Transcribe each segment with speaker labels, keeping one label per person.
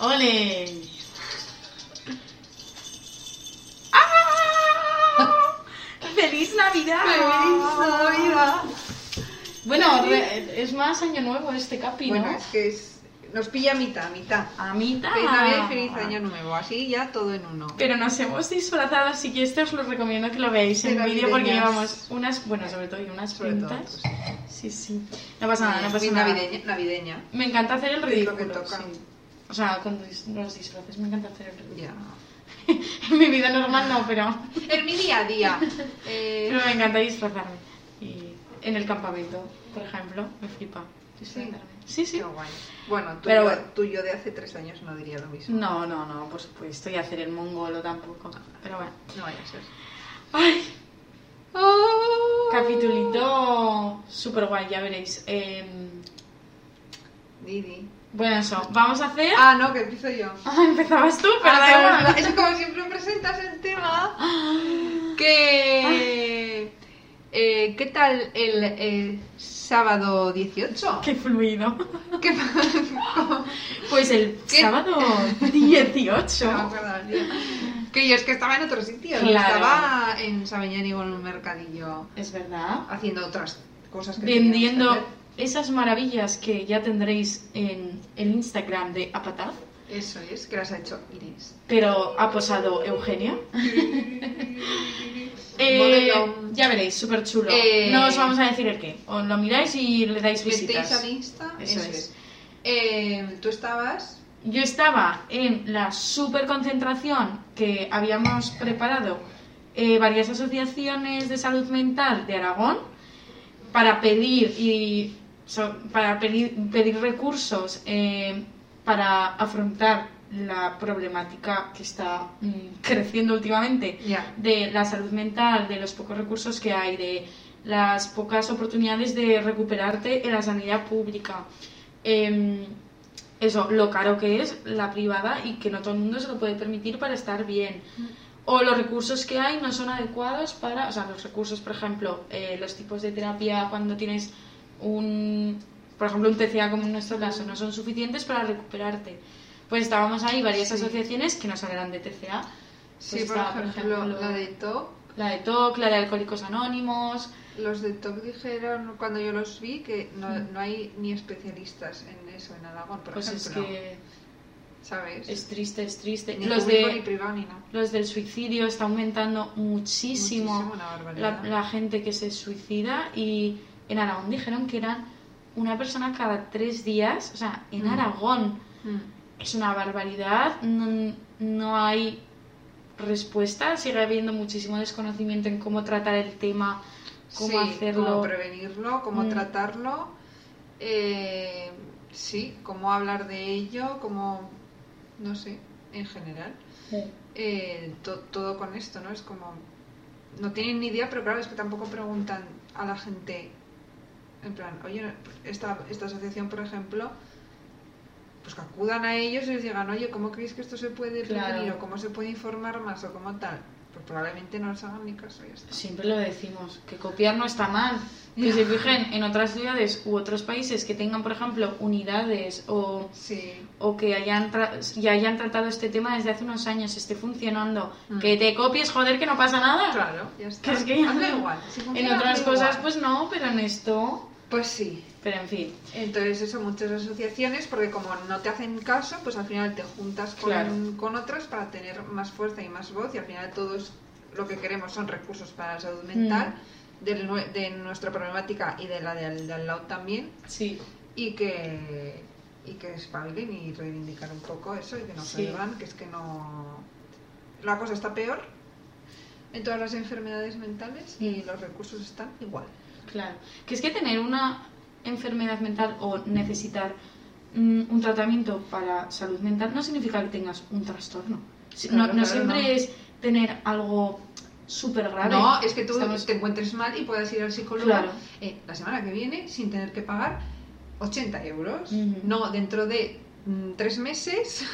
Speaker 1: ¡Ole! ¡Ah!
Speaker 2: ¡Feliz Navidad!
Speaker 1: Bueno, re- es más año nuevo este capi, ¿no?
Speaker 2: Bueno, es que es- nos pilla a mitad, mitad.
Speaker 1: A mitad.
Speaker 2: Feliz Navidad y feliz Año Nuevo. Así ya todo en uno.
Speaker 1: Pero nos hemos disfrazado, así que este os lo recomiendo que lo veáis
Speaker 2: De
Speaker 1: en vídeo porque
Speaker 2: navideñas.
Speaker 1: llevamos unas, bueno, sobre todo y unas
Speaker 2: Sobre todo,
Speaker 1: pintas. Sí, sí. No pasa nada, no pasa
Speaker 2: Muy
Speaker 1: nada.
Speaker 2: Navideña, navideña.
Speaker 1: Me encanta hacer el
Speaker 2: Es lo que
Speaker 1: ridículo.
Speaker 2: toca.
Speaker 1: sí. O sea, cuando dis- los disfraces me encanta hacer el ridículo.
Speaker 2: Ya.
Speaker 1: En mi vida normal no, pero,
Speaker 2: En mi día a día. eh,
Speaker 1: pero me encanta disfrazarme. Y en el campamento, por ejemplo, me flipa disfrazarme. Sí, sí.
Speaker 2: qué guay. Bueno, tú,
Speaker 1: Pero
Speaker 2: yo,
Speaker 1: bueno.
Speaker 2: tú y yo de hace tres años no diría lo mismo.
Speaker 1: No, no, no, por supuesto. Y hacer el mongolo tampoco. Pero bueno.
Speaker 2: No vaya a ser.
Speaker 1: ¡Ay!
Speaker 2: Oh.
Speaker 1: Capitulito super guay, ya veréis. Em,
Speaker 2: Didi.
Speaker 1: bueno, eso. Vamos a hacer.
Speaker 2: Ah, no, que empiezo yo.
Speaker 1: Ah, empezabas tú, pero da
Speaker 2: Ah,
Speaker 1: igual.
Speaker 2: Es como siempre presentas el tema. Que. eh, ¿Qué tal el, eh, sábado 18?
Speaker 1: ¡Qué fluido!
Speaker 2: ¿Qué pa-
Speaker 1: Pues el
Speaker 2: ¿Qué?
Speaker 1: sábado
Speaker 2: No me
Speaker 1: 18.
Speaker 2: acuerdo del día. Que yo es que estaba en otro sitio. yo
Speaker 1: Claro.
Speaker 2: Estaba en Sabeñani con un mercadillo
Speaker 1: Es verdad.
Speaker 2: haciendo otras cosas que
Speaker 1: Vendiendo
Speaker 2: teníamos
Speaker 1: esas maravillas que ya tendréis en el Instagram de Apataz.
Speaker 2: que hacer. Eso es, que las ha hecho Inés.
Speaker 1: Pero ha posado Eugenia. Eh,
Speaker 2: Modelo.
Speaker 1: ya veréis, súper chulo.
Speaker 2: Eh,
Speaker 1: No os vamos a decir el qué. Os lo miráis y le dais
Speaker 2: ¿Metéis
Speaker 1: visitas.
Speaker 2: a Insta?
Speaker 1: Eso es.
Speaker 2: Eh, Tú estabas.
Speaker 1: Yo estaba en la super concentración que habíamos preparado eh, varias asociaciones de salud mental de Aragón para pedir y so- para pedir, pedir recursos eh, para afrontar la problemática que está mm, creciendo últimamente
Speaker 2: Ya.
Speaker 1: de la salud mental, de los pocos recursos que hay, de las pocas oportunidades de recuperarte en la sanidad pública. Em, eso, lo caro que es la privada y que no todo el mundo se lo puede permitir para estar bien. O los recursos que hay no son adecuados para, o sea, los recursos, por ejemplo, eh, los tipos de terapia cuando tienes un, por ejemplo, un TCA como en nuestro caso, no son suficientes para recuperarte. Pues estábamos ahí varias
Speaker 2: Sí.
Speaker 1: asociaciones que nos hablarán de TCA,
Speaker 2: Sí,
Speaker 1: Pues
Speaker 2: por
Speaker 1: estaba, por
Speaker 2: ejemplo,
Speaker 1: ejemplo,
Speaker 2: la de Top.
Speaker 1: la de TOC, la de Alcohólicos Anónimos.
Speaker 2: Los de Top dijeron cuando yo los vi que no, no hay ni especialistas en eso en Aragón, por
Speaker 1: Hmm. Pues es
Speaker 2: ejemplo.
Speaker 1: que
Speaker 2: ¿Sabes?
Speaker 1: es triste, es triste.
Speaker 2: ni
Speaker 1: Los,
Speaker 2: público ni
Speaker 1: de,
Speaker 2: privado ni nada.
Speaker 1: los del suicidio está aumentando muchísimo,
Speaker 2: una barbaridad.
Speaker 1: la, la gente que se suicida y en Aragón dijeron que eran una persona cada tres días. O sea, en
Speaker 2: Mm.
Speaker 1: Aragón
Speaker 2: Mm.
Speaker 1: es una barbaridad. No, no hay respuesta. Sigue habiendo muchísimo desconocimiento en cómo tratar el tema. cómo
Speaker 2: Sí,
Speaker 1: hacerlo.
Speaker 2: cómo prevenirlo, cómo
Speaker 1: Mm.
Speaker 2: tratarlo, eh, sí, cómo hablar de ello, cómo, no sé, en general. Eh, to- todo con esto, ¿no? Es como, no tienen ni idea, pero claro, es que tampoco preguntan a la gente, en plan, oye, esta, esta asociación, por ejemplo, pues que acudan a ellos y les digan, oye, ¿cómo creéis que esto se puede
Speaker 1: Claro.
Speaker 2: prevenir? ¿O cómo se puede informar más? ¿O cómo tal? Pues probablemente no les hagan ni caso y ya está.
Speaker 1: Siempre lo decimos, que copiar no está mal. Que se fijen en otras ciudades u otros países que tengan, por ejemplo, unidades o,
Speaker 2: Sí.
Speaker 1: o que hayan tra- ya hayan tratado este tema desde hace unos años, esté funcionando.
Speaker 2: Mm.
Speaker 1: Que te copies, joder, que no pasa nada.
Speaker 2: Claro, ya está.
Speaker 1: Que es que ya-
Speaker 2: Hazlo igual. si
Speaker 1: En
Speaker 2: funciona,
Speaker 1: otras
Speaker 2: hazlo
Speaker 1: cosas,
Speaker 2: igual.
Speaker 1: pues no, pero en esto.
Speaker 2: Pues sí.
Speaker 1: Pero en fin,
Speaker 2: Entonces, eso, muchas asociaciones, porque como no te hacen caso, pues al final te juntas con,
Speaker 1: Claro.
Speaker 2: con otras para tener más fuerza y más voz, y al final todos lo que queremos son recursos para la salud mental,
Speaker 1: Mm.
Speaker 2: del nue- de, nuestra problemática y de la de al, de al lado también,
Speaker 1: sí.
Speaker 2: y que y que espabilen y reivindicar un poco eso y que no se
Speaker 1: Sí.
Speaker 2: digan que es que no la cosa está peor en todas las enfermedades mentales y
Speaker 1: Mm.
Speaker 2: los recursos están igual
Speaker 1: Claro. Que es que tener una enfermedad mental o necesitar mm, un tratamiento para salud mental no significa que tengas un trastorno. Si- no
Speaker 2: Claro,
Speaker 1: no
Speaker 2: claro,
Speaker 1: siempre
Speaker 2: no.
Speaker 1: es tener algo súper grave.
Speaker 2: No, es que tú
Speaker 1: Estamos-
Speaker 2: te encuentres mal y puedas ir al psicólogo
Speaker 1: Claro.
Speaker 2: eh, la semana que viene sin tener que pagar 80 euros.
Speaker 1: Ujú.
Speaker 2: No, dentro de mm, tres meses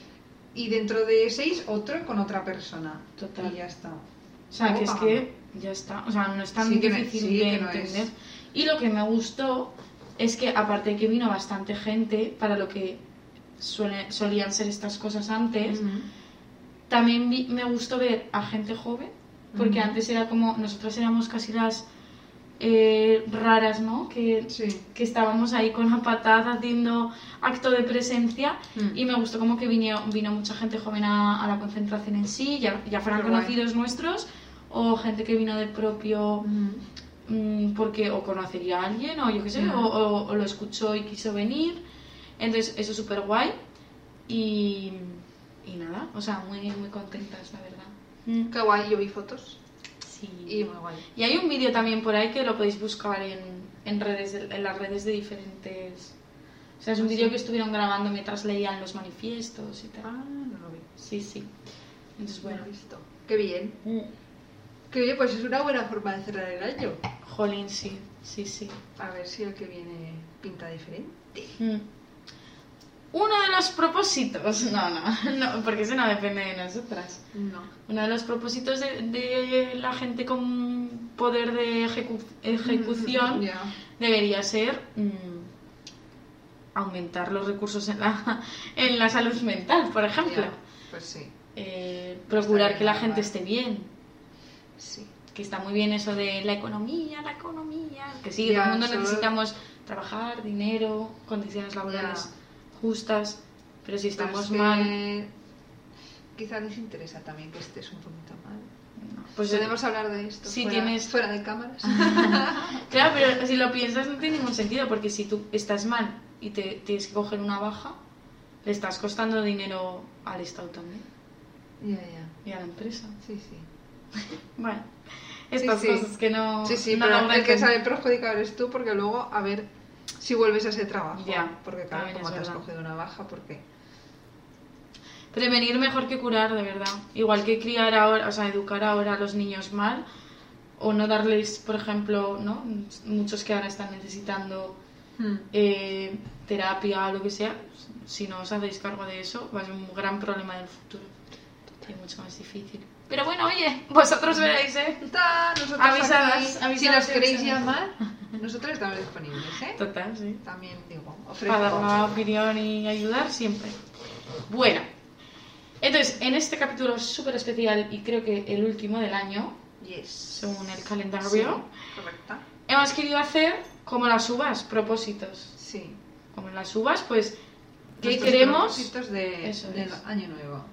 Speaker 2: y dentro de seis otro con otra persona.
Speaker 1: Total.
Speaker 2: Y ya está.
Speaker 1: O sea, que es
Speaker 2: Opa.
Speaker 1: que ya está. O sea, no es tan
Speaker 2: Sí que no-
Speaker 1: difícil
Speaker 2: sí
Speaker 1: de
Speaker 2: que no es.
Speaker 1: entender. Y lo que me gustó es que aparte de que vino bastante gente para lo que suele- solían ser estas cosas antes, también vi- me gustó ver a gente joven, porque
Speaker 2: Ujú.
Speaker 1: antes era como, nosotras éramos casi las eh, raras, ¿no? Que,
Speaker 2: Sí.
Speaker 1: que estábamos ahí con la patada haciendo acto de presencia y me gustó como que vino, vino mucha gente joven a, a la concentración en sí, ya, ya fueran
Speaker 2: Qué guay.
Speaker 1: conocidos nuestros o gente que vino de propio
Speaker 2: Ujú.
Speaker 1: mm, porque o conocería a alguien o yo qué sé,
Speaker 2: Ujú.
Speaker 1: o, o- o lo escuchó y quiso venir. Entonces, eso es súper guay. Y, y nada, o sea, muy, muy contentas, la verdad.
Speaker 2: Qué guay, yo vi fotos
Speaker 1: Sí.
Speaker 2: Mm. y
Speaker 1: Y,
Speaker 2: muy guay.
Speaker 1: hay un vídeo también por ahí que lo podéis buscar en, en, redes, de- en las redes de diferentes... O sea, es un
Speaker 2: Ah, sí.
Speaker 1: vídeo que estuvieron grabando mientras leían los manifiestos y tal.
Speaker 2: Ah, no lo vi.
Speaker 1: Sí, sí. Entonces,
Speaker 2: Bueno,
Speaker 1: bueno.
Speaker 2: visto. Qué bien. Que oye, pues es una buena forma de cerrar el año.
Speaker 1: Jolín, sí, sí, sí.
Speaker 2: A ver si el que viene pinta diferente.
Speaker 1: Mm. Uno de los propósitos, no, no, no, porque eso no depende de nosotras.
Speaker 2: No.
Speaker 1: Uno de los propósitos de, de la gente con poder de ejecu- ejecución
Speaker 2: Ya.
Speaker 1: debería ser mm, aumentar los recursos en la, en la salud mental, por ejemplo.
Speaker 2: ya. Pues sí.
Speaker 1: Eh, procurar
Speaker 2: bien,
Speaker 1: que la
Speaker 2: vale.
Speaker 1: gente esté bien.
Speaker 2: Sí.
Speaker 1: Que está muy bien eso de la economía, la economía. Que sí,
Speaker 2: Ya,
Speaker 1: todo el mundo
Speaker 2: solo-
Speaker 1: necesitamos trabajar, dinero, condiciones laborales justas, pero si
Speaker 2: Pero
Speaker 1: estamos
Speaker 2: es Pues que
Speaker 1: mal,
Speaker 2: Quizás les interesa también que estés un poquito mal.
Speaker 1: pues
Speaker 2: Podemos hablar de esto.
Speaker 1: si
Speaker 2: fuera,
Speaker 1: tienes- Ah.
Speaker 2: fuera de cámaras.
Speaker 1: Claro, pero si lo piensas no tiene ningún sentido, porque si tú estás mal y te tienes que coger una baja, le estás costando dinero al Estado también
Speaker 2: ya, ya.
Speaker 1: y a la empresa.
Speaker 2: Sí, sí.
Speaker 1: Bueno, estas
Speaker 2: sí.
Speaker 1: cosas que no...
Speaker 2: Sí, sí,
Speaker 1: no
Speaker 2: pero
Speaker 1: logran
Speaker 2: el que
Speaker 1: con-
Speaker 2: sale perjudicado eres tú porque luego a ver si vuelves a ese trabajo.
Speaker 1: Ya,
Speaker 2: porque claro,
Speaker 1: también
Speaker 2: como
Speaker 1: es
Speaker 2: te has
Speaker 1: verdad.
Speaker 2: cogido una baja, porque
Speaker 1: Prevenir mejor que curar, de verdad. Igual que criar ahora, o sea, educar ahora a los niños mal, o no darles, por ejemplo, ¿no? Muchos que ahora están necesitando eh, terapia o lo que sea, si no os hacéis cargo de eso, va a ser un gran problema del futuro. Y mucho más difícil. Pero bueno, oye, vosotros veréis, ¿eh?
Speaker 2: Ta, nosotros
Speaker 1: Avisadas,
Speaker 2: aquí, si
Speaker 1: avisadas,
Speaker 2: nos queréis
Speaker 1: avisadas.
Speaker 2: llamar, nosotros estamos disponibles, ¿eh?
Speaker 1: Total, sí.
Speaker 2: También digo,
Speaker 1: Para dar la
Speaker 2: ofrezco.
Speaker 1: opinión y ayudar siempre. Bueno, entonces, en este capítulo súper especial y creo que el último del año,
Speaker 2: Yes.
Speaker 1: según el calendario.
Speaker 2: Sí, correcta.
Speaker 1: hemos querido hacer como las uvas, propósitos.
Speaker 2: Sí.
Speaker 1: Como en las uvas, pues, ¿qué
Speaker 2: Nuestros
Speaker 1: queremos?
Speaker 2: propósitos de,
Speaker 1: Eso
Speaker 2: del
Speaker 1: es.
Speaker 2: año nuevo.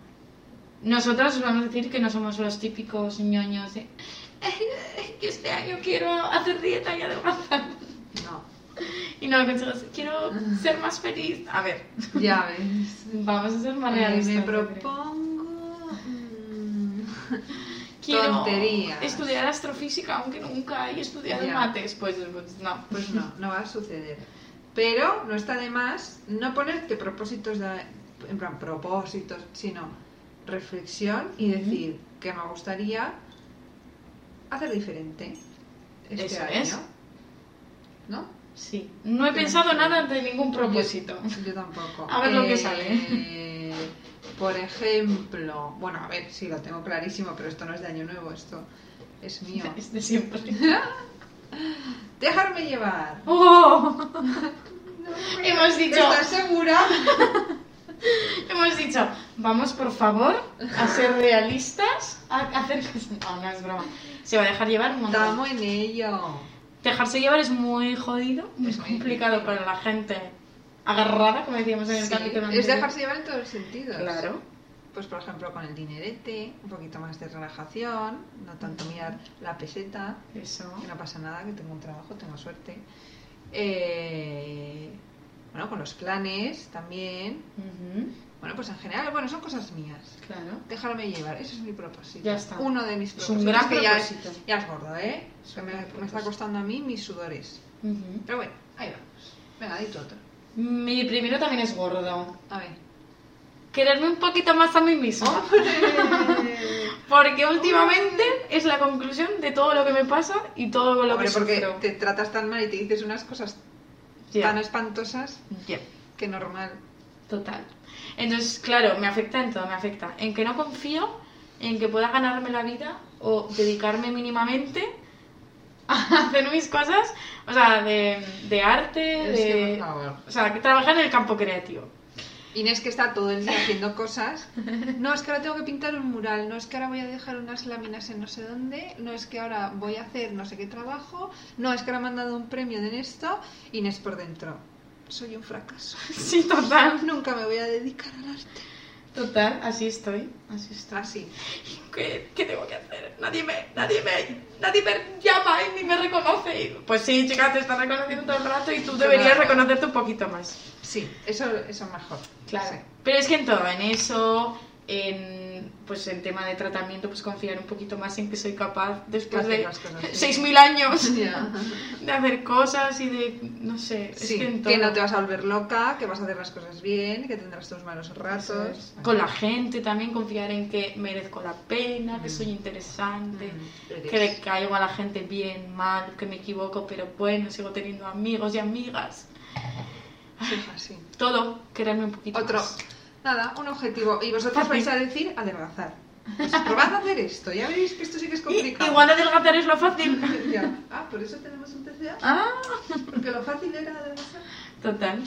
Speaker 1: Nosotras os vamos a decir que no somos los típicos ñoños de que este año quiero hacer dieta y adelgazar.
Speaker 2: No.
Speaker 1: Y no lo conseguimos. Quiero ser más feliz. A ver,
Speaker 2: Ya ves.
Speaker 1: vamos a ser más
Speaker 2: Eh,
Speaker 1: realistas.
Speaker 2: me
Speaker 1: yo creo.
Speaker 2: propongo. mm,
Speaker 1: Quiero
Speaker 2: tonterías.
Speaker 1: estudiar astrofísica, aunque nunca he estudiado
Speaker 2: Ya.
Speaker 1: mates. Pues, pues no.
Speaker 2: Pues no, no va a suceder. Pero no está de más no ponerte propósitos, de- en plan propósitos, sino reflexión y
Speaker 1: Ujú.
Speaker 2: decir que me gustaría hacer diferente este
Speaker 1: Eso
Speaker 2: año.
Speaker 1: es.
Speaker 2: ¿No?
Speaker 1: Sí. No he pensado nada de ningún propósito.
Speaker 2: Yo tampoco.
Speaker 1: A ver lo que sale.
Speaker 2: Eh, Por ejemplo, bueno, a ver, sí, lo tengo clarísimo, pero esto no es de año nuevo, esto es mío.
Speaker 1: Es de siempre.
Speaker 2: Dejarme llevar.
Speaker 1: ¡Oh! Hemos dicho,
Speaker 2: ¿Estás segura?
Speaker 1: hemos dicho, vamos por favor a ser realistas, a a hacer cosas. No, no es broma. Se va a dejar llevar un montón.
Speaker 2: Estamos en ello.
Speaker 1: Dejarse llevar es muy jodido, muy
Speaker 2: Es muy
Speaker 1: complicado
Speaker 2: difícil.
Speaker 1: para la gente agarrada, como decíamos en el
Speaker 2: Sí,
Speaker 1: capítulo
Speaker 2: es
Speaker 1: anterior.
Speaker 2: dejarse llevar en todos los sentidos.
Speaker 1: Claro.
Speaker 2: Pues por ejemplo con el dinerete, un poquito más de relajación, no tanto mirar la peseta,
Speaker 1: Eso.
Speaker 2: que no pasa nada, que tengo un trabajo, tengo suerte. Eh, bueno, con los planes también.
Speaker 1: Ujú,
Speaker 2: Bueno, pues en general, bueno, son cosas mías.
Speaker 1: Claro.
Speaker 2: Dejarme llevar, ese es mi propósito.
Speaker 1: Ya está.
Speaker 2: Uno de mis
Speaker 1: Es
Speaker 2: propósitos.
Speaker 1: un gran
Speaker 2: que ya pues es-
Speaker 1: propósito.
Speaker 2: Ya es gordo, ¿eh?
Speaker 1: Es
Speaker 2: Que
Speaker 1: un
Speaker 2: me,
Speaker 1: gran
Speaker 2: me está
Speaker 1: propósito.
Speaker 2: costando a mí mis sudores.
Speaker 1: Ujú.
Speaker 2: Pero bueno, ahí vamos. Venga, di tú otro.
Speaker 1: Mi primero también es gordo.
Speaker 2: A ver.
Speaker 1: Quererme un poquito más a mí mismo. Porque últimamente es la conclusión de todo lo que me pasa y todo lo que
Speaker 2: Hombre, porque
Speaker 1: sufro.
Speaker 2: te tratas tan mal y te dices unas cosas
Speaker 1: Ya,
Speaker 2: tan espantosas
Speaker 1: ya,
Speaker 2: que normal.
Speaker 1: total. Entonces, claro, me afecta en todo, me afecta. En que no confío, en que pueda ganarme la vida o dedicarme mínimamente a hacer mis cosas, o sea, de, de arte,
Speaker 2: Es que,
Speaker 1: de...
Speaker 2: por favor.
Speaker 1: O sea, que trabajar en el campo creativo.
Speaker 2: Inés que está todo el día haciendo cosas. No, es que ahora tengo que pintar un mural, no es que ahora voy a dejar unas láminas en no sé dónde, no es que ahora voy a hacer no sé qué trabajo, no es que ahora me han dado un premio en esto. Inés por dentro. Soy un fracaso.
Speaker 1: Sí, total.
Speaker 2: Nunca me voy a dedicar al arte. Ah,
Speaker 1: Total, así estoy, así estoy.
Speaker 2: Así.
Speaker 1: ¿Qué, qué tengo que hacer? Nadie me, nadie me, nadie me llama y ni me reconoce. Y, Pues sí, chicas, te están reconociendo todo el rato y tú deberías reconocerte un poquito más.
Speaker 2: Sí, eso, eso mejor. Sí.
Speaker 1: Pero es que en todo, en eso, en pues en tema de tratamiento, pues confiar un poquito más en que soy capaz después
Speaker 2: Hacer
Speaker 1: de
Speaker 2: las cosas bien.
Speaker 1: 6.000 años
Speaker 2: Ya.
Speaker 1: de hacer cosas y de, no sé,
Speaker 2: Sí,
Speaker 1: es que en todo.
Speaker 2: que no te vas a volver loca, que vas a hacer las cosas bien, que tendrás tus malos
Speaker 1: Eso
Speaker 2: ratos.
Speaker 1: es. Con la gente también, confiar en que merezco la pena, que soy interesante,
Speaker 2: Mm, eres.
Speaker 1: que le caigo a la gente bien, mal, que me equivoco, pero bueno, sigo teniendo amigos y amigas.
Speaker 2: Sí, así.
Speaker 1: Todo, quererme un poquito.
Speaker 2: Otro.
Speaker 1: más.
Speaker 2: Nada, un objetivo. Y vosotros
Speaker 1: Fácil.
Speaker 2: vais a decir adelgazar. Pues probad a hacer esto, ya veréis que esto sí que es
Speaker 1: I-
Speaker 2: complicado.
Speaker 1: igual adelgazar es lo fácil.
Speaker 2: Ya. Ah, por eso tenemos un TCA.
Speaker 1: ah,
Speaker 2: Porque lo fácil era adelgazar.
Speaker 1: total.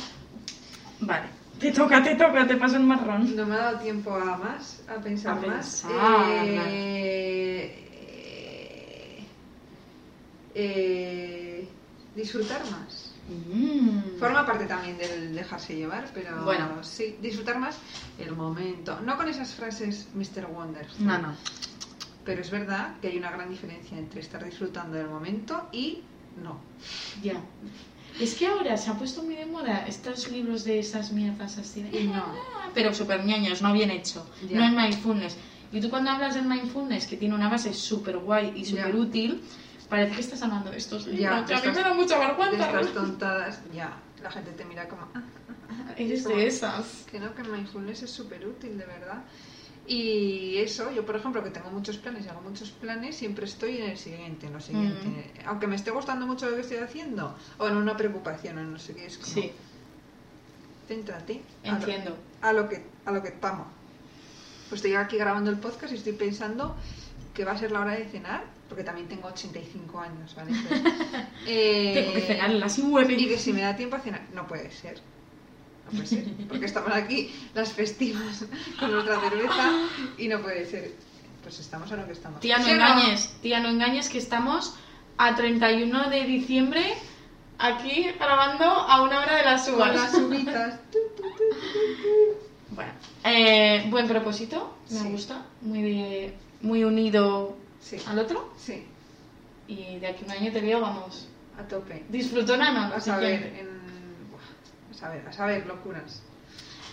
Speaker 1: Vale. Te toca, te toca, te paso un marrón.
Speaker 2: No me ha dado tiempo a más, a pensar
Speaker 1: A
Speaker 2: más.
Speaker 1: pensar.
Speaker 2: Eh, eh, disfrutar más.
Speaker 1: Mm.
Speaker 2: Forma parte también del dejarse llevar, pero
Speaker 1: Bueno.
Speaker 2: sí, disfrutar más el momento. No con esas frases Mr. Wonder.
Speaker 1: No, no.
Speaker 2: Pero es verdad que hay una gran diferencia entre estar disfrutando del momento y no.
Speaker 1: Ya. Es que ahora se ha puesto muy de moda estos libros de esas mierdas así de... "Ah,
Speaker 2: Y no.
Speaker 1: pero súper ñoños, no bien hecho.
Speaker 2: Ya.
Speaker 1: No en mindfulness. Y tú cuando hablas del mindfulness, que tiene una base súper guay y súper
Speaker 2: Ya.
Speaker 1: útil, parece que estás hablando de estos
Speaker 2: Ya,
Speaker 1: libros, que a mí
Speaker 2: estás-
Speaker 1: me da mucha
Speaker 2: De
Speaker 1: vergüenza.
Speaker 2: estas tontadas, ya, la gente te mira como, "Ah,
Speaker 1: Eres de esas.
Speaker 2: que no, que mindfulness es súper útil, de verdad. Y eso, yo por ejemplo, que tengo muchos planes y hago muchos planes, siempre estoy en el siguiente, en lo siguiente.
Speaker 1: Mm.
Speaker 2: Aunque me esté gustando mucho lo que estoy haciendo, o en una preocupación, o no sé qué, es como,
Speaker 1: Sí,
Speaker 2: céntrate a lo,
Speaker 1: entiendo.
Speaker 2: a lo que a lo que estamos. Pues estoy aquí grabando el podcast y estoy pensando que va a ser la hora de cenar, porque también tengo 85 años, ¿vale? Entonces, eh,
Speaker 1: Tengo que cenar a las
Speaker 2: y
Speaker 1: 9.
Speaker 2: que si me da tiempo a cenar, no puede ser. No puede ser, porque estamos aquí las festivas con nuestra cerveza y no puede ser. Pues estamos a lo que estamos.
Speaker 1: Tía, no
Speaker 2: Sí,
Speaker 1: engañes. Tía, no engañes que estamos a 31 de diciembre aquí grabando a una hora de las
Speaker 2: Con
Speaker 1: uvas.
Speaker 2: las uvitas.
Speaker 1: Bueno, eh, buen propósito, me
Speaker 2: Sí.
Speaker 1: gusta. Muy, de- muy unido
Speaker 2: Sí,
Speaker 1: al otro.
Speaker 2: sí,
Speaker 1: Y de aquí a un año te veo, vamos.
Speaker 2: a tope.
Speaker 1: Disfrutona, ¿no?
Speaker 2: A saber, en... Buah, a saber, a saber, locuras.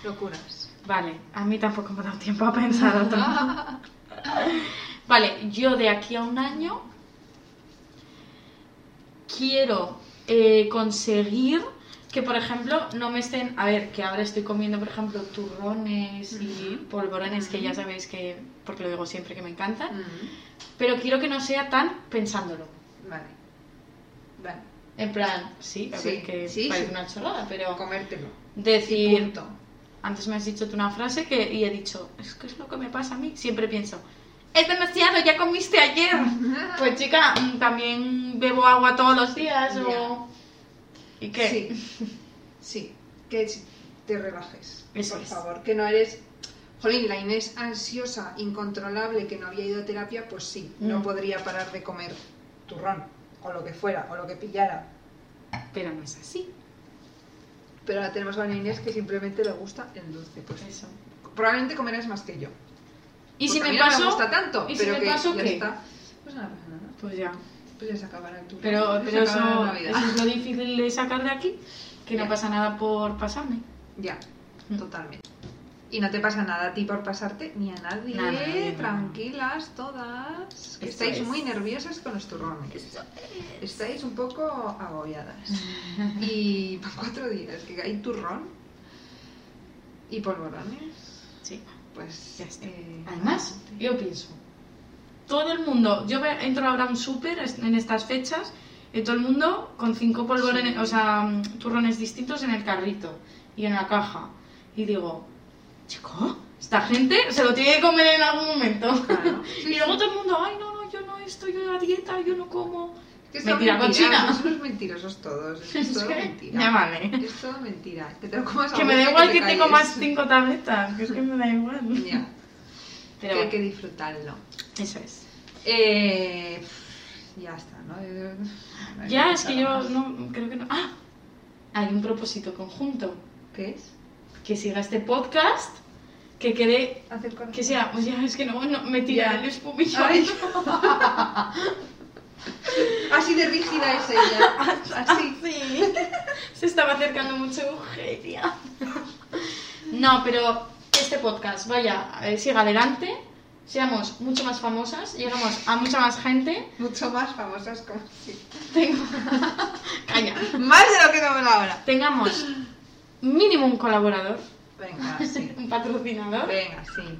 Speaker 2: Locuras.
Speaker 1: Vale, a mí tampoco me ha dado tiempo a pensar otro. vale, yo de aquí a un año quiero eh, conseguir que, por ejemplo, no me estén... A ver, que ahora estoy comiendo, por ejemplo, turrones y
Speaker 2: Ujú.
Speaker 1: polvorones, que
Speaker 2: Ujú.
Speaker 1: ya sabéis que, porque lo digo siempre, que me encantan.
Speaker 2: Mm,
Speaker 1: Pero quiero que no sea tan pensándolo.
Speaker 2: Vale. Vale.
Speaker 1: En plan, sí, a
Speaker 2: Sí,
Speaker 1: ver, que
Speaker 2: sí,
Speaker 1: parece
Speaker 2: sí.
Speaker 1: una chorrada, pero...
Speaker 2: Comértelo. Y
Speaker 1: Decir,
Speaker 2: punto.
Speaker 1: Antes me has dicho tú una frase que, y he dicho, es que es lo que me pasa a mí. Siempre pienso, es demasiado, ya comiste ayer. Pues chica, mm, también bebo agua todos los días o... ¿Y qué?
Speaker 2: Sí. Sí. Que ch- te relajes.
Speaker 1: Eso
Speaker 2: por
Speaker 1: es.
Speaker 2: favor. Que no eres. Jolín, la Inés ansiosa, incontrolable, que no había ido a terapia, pues sí, no
Speaker 1: Mm.
Speaker 2: podría parar de comer turrón, o lo que fuera, o lo que pillara.
Speaker 1: Pero no es así.
Speaker 2: Pero ahora tenemos a una Inés que simplemente le gusta el dulce. Pues
Speaker 1: Eso.
Speaker 2: probablemente comerás más que yo.
Speaker 1: ¿Y si
Speaker 2: Porque
Speaker 1: me
Speaker 2: a mí no
Speaker 1: paso?
Speaker 2: gusta tanto,
Speaker 1: ¿Y si
Speaker 2: pero
Speaker 1: me
Speaker 2: que
Speaker 1: paso
Speaker 2: ya
Speaker 1: qué?
Speaker 2: está. Pues nada, pasa nada.
Speaker 1: Pues ya.
Speaker 2: Pues ya se acabará el turno.
Speaker 1: Pero, pero
Speaker 2: se acabará
Speaker 1: eso,
Speaker 2: la Navidad.
Speaker 1: eso es lo difícil de sacar de aquí, que no
Speaker 2: Ya.
Speaker 1: pasa nada por pasarme.
Speaker 2: Ya,
Speaker 1: Mm.
Speaker 2: totalmente. Y no te pasa nada a ti por pasarte ni a nadie.
Speaker 1: Nada, nada,
Speaker 2: Tranquilas todas. Que
Speaker 1: Esto
Speaker 2: estáis
Speaker 1: es.
Speaker 2: muy nerviosas con los turrones. Estáis un poco agobiadas. y para cuatro días que hay turrón y polvorones,
Speaker 1: Sí.
Speaker 2: pues...
Speaker 1: Ya está.
Speaker 2: eh,
Speaker 1: Además,
Speaker 2: adelante.
Speaker 1: yo pienso, todo el mundo, yo ve- entro ahora a un súper es- en estas fechas y todo el mundo con cinco polvorones,
Speaker 2: Sí.
Speaker 1: o sea, mm, turrones distintos en el carrito y en la caja. Y digo, chico, esta gente se lo tiene que comer en algún momento.
Speaker 2: Claro.
Speaker 1: y luego todo el mundo, ay, no, no, yo no, esto, yo a dieta, yo no como.
Speaker 2: Que son
Speaker 1: Mentira con
Speaker 2: mentiras,
Speaker 1: China.
Speaker 2: Son unos mentirosos todos. Esto Es todo mentira.
Speaker 1: Llámame.
Speaker 2: Es todo mentira. Que te lo comas a
Speaker 1: Que me da
Speaker 2: boca
Speaker 1: igual
Speaker 2: te
Speaker 1: que tengo
Speaker 2: calles.
Speaker 1: más cinco tabletas, que es que me da igual.
Speaker 2: Ya,
Speaker 1: Pero
Speaker 2: que hay
Speaker 1: bueno,
Speaker 2: que disfrutarlo.
Speaker 1: eso es.
Speaker 2: Eh, ya está, ¿no? Yo- no hay
Speaker 1: Ya, es que
Speaker 2: nada
Speaker 1: yo
Speaker 2: más.
Speaker 1: no, creo que no. ¡Ah! Hay un propósito conjunto.
Speaker 2: ¿Qué es?
Speaker 1: Que siga este podcast, que quede,
Speaker 2: Hacer corazón.
Speaker 1: que sea, pues ya, es que no, no me tira
Speaker 2: Ya.
Speaker 1: el espumillón.
Speaker 2: Ay. Así de rígida es ella. Así.
Speaker 1: Ah, Sí. Se estaba acercando mucho Eugenia. No, pero este podcast, vaya, eh, siga adelante, seamos mucho más famosas, llegamos a mucha más gente.
Speaker 2: Mucho más famosas como si.
Speaker 1: Tengo... Calla.
Speaker 2: Más de lo que no la ahora.
Speaker 1: Tengamos mínimo un colaborador,
Speaker 2: Venga, sí.
Speaker 1: un patrocinador.
Speaker 2: Venga, sí.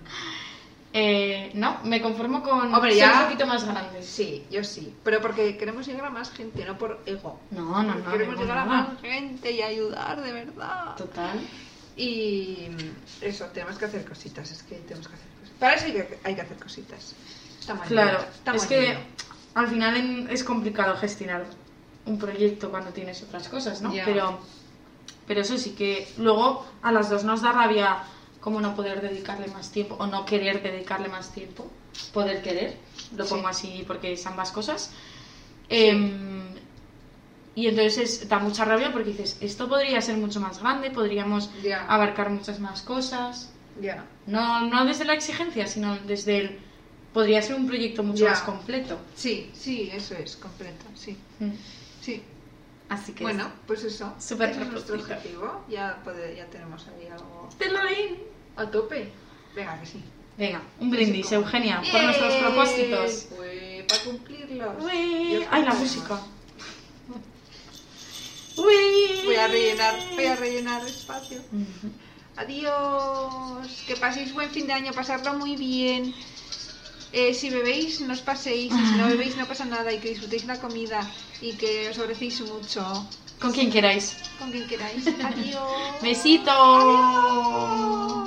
Speaker 1: Eh, no, me conformo con
Speaker 2: Hombre,
Speaker 1: ser
Speaker 2: ya-
Speaker 1: un poquito más grandes.
Speaker 2: Sí, yo sí. Pero porque queremos llegar a más gente, no por ego.
Speaker 1: No, no, no.
Speaker 2: queremos
Speaker 1: no,
Speaker 2: llegar a
Speaker 1: no.
Speaker 2: más gente y ayudar de verdad.
Speaker 1: Total.
Speaker 2: Y mm, eso, tenemos que hacer cositas, es que tenemos que hacer cositas. Para eso hay que, hay que hacer cositas. Estamos
Speaker 1: Claro,
Speaker 2: ayudando, estamos
Speaker 1: es que
Speaker 2: ayudando.
Speaker 1: al final en- es complicado gestionar un proyecto cuando tienes otras cosas, ¿no?
Speaker 2: Ya.
Speaker 1: Pero, pero eso sí que luego a las dos nos da rabia como no poder dedicarle más tiempo o no querer dedicarle más tiempo, poder querer, lo
Speaker 2: Sí.
Speaker 1: pongo así porque es ambas cosas. Em, y entonces es- da mucha rabia porque dices, esto podría ser mucho más grande, podríamos
Speaker 2: Ya,
Speaker 1: abarcar muchas más cosas.
Speaker 2: ya.
Speaker 1: No, no desde la exigencia, sino desde el... Podría ser un proyecto mucho
Speaker 2: Ya.
Speaker 1: más completo. Mm.
Speaker 2: Sí, sí, eso es, completo, sí. Sí,
Speaker 1: Así que...
Speaker 2: bueno, pues eso.
Speaker 1: Súper
Speaker 2: ese es nuestro
Speaker 1: propósito.
Speaker 2: objetivo. Ya, pode- ya tenemos ahí algo
Speaker 1: te lo leí.
Speaker 2: a tope. Venga, que sí.
Speaker 1: Venga, un brindis,
Speaker 2: Sí.
Speaker 1: Eugenia, por nuestros
Speaker 2: ¡Yay!
Speaker 1: propósitos.
Speaker 2: Pues, para cumplirlos.
Speaker 1: Ué,
Speaker 2: Ya
Speaker 1: ¡Ay, la
Speaker 2: cumpliremos.
Speaker 1: música! Ué.
Speaker 2: Voy a rellenar, voy a rellenar espacio.
Speaker 1: Ujú.
Speaker 2: Adiós. Que paséis buen fin de año, pasarlo muy bien. Eh, si bebéis, no os paséis. y Si no bebéis, no pasa nada. Y que disfrutéis la comida. Y que os obrecéis mucho.
Speaker 1: Con quien queráis.
Speaker 2: Con quien queráis. Adiós.
Speaker 1: Besito.
Speaker 2: Adiós.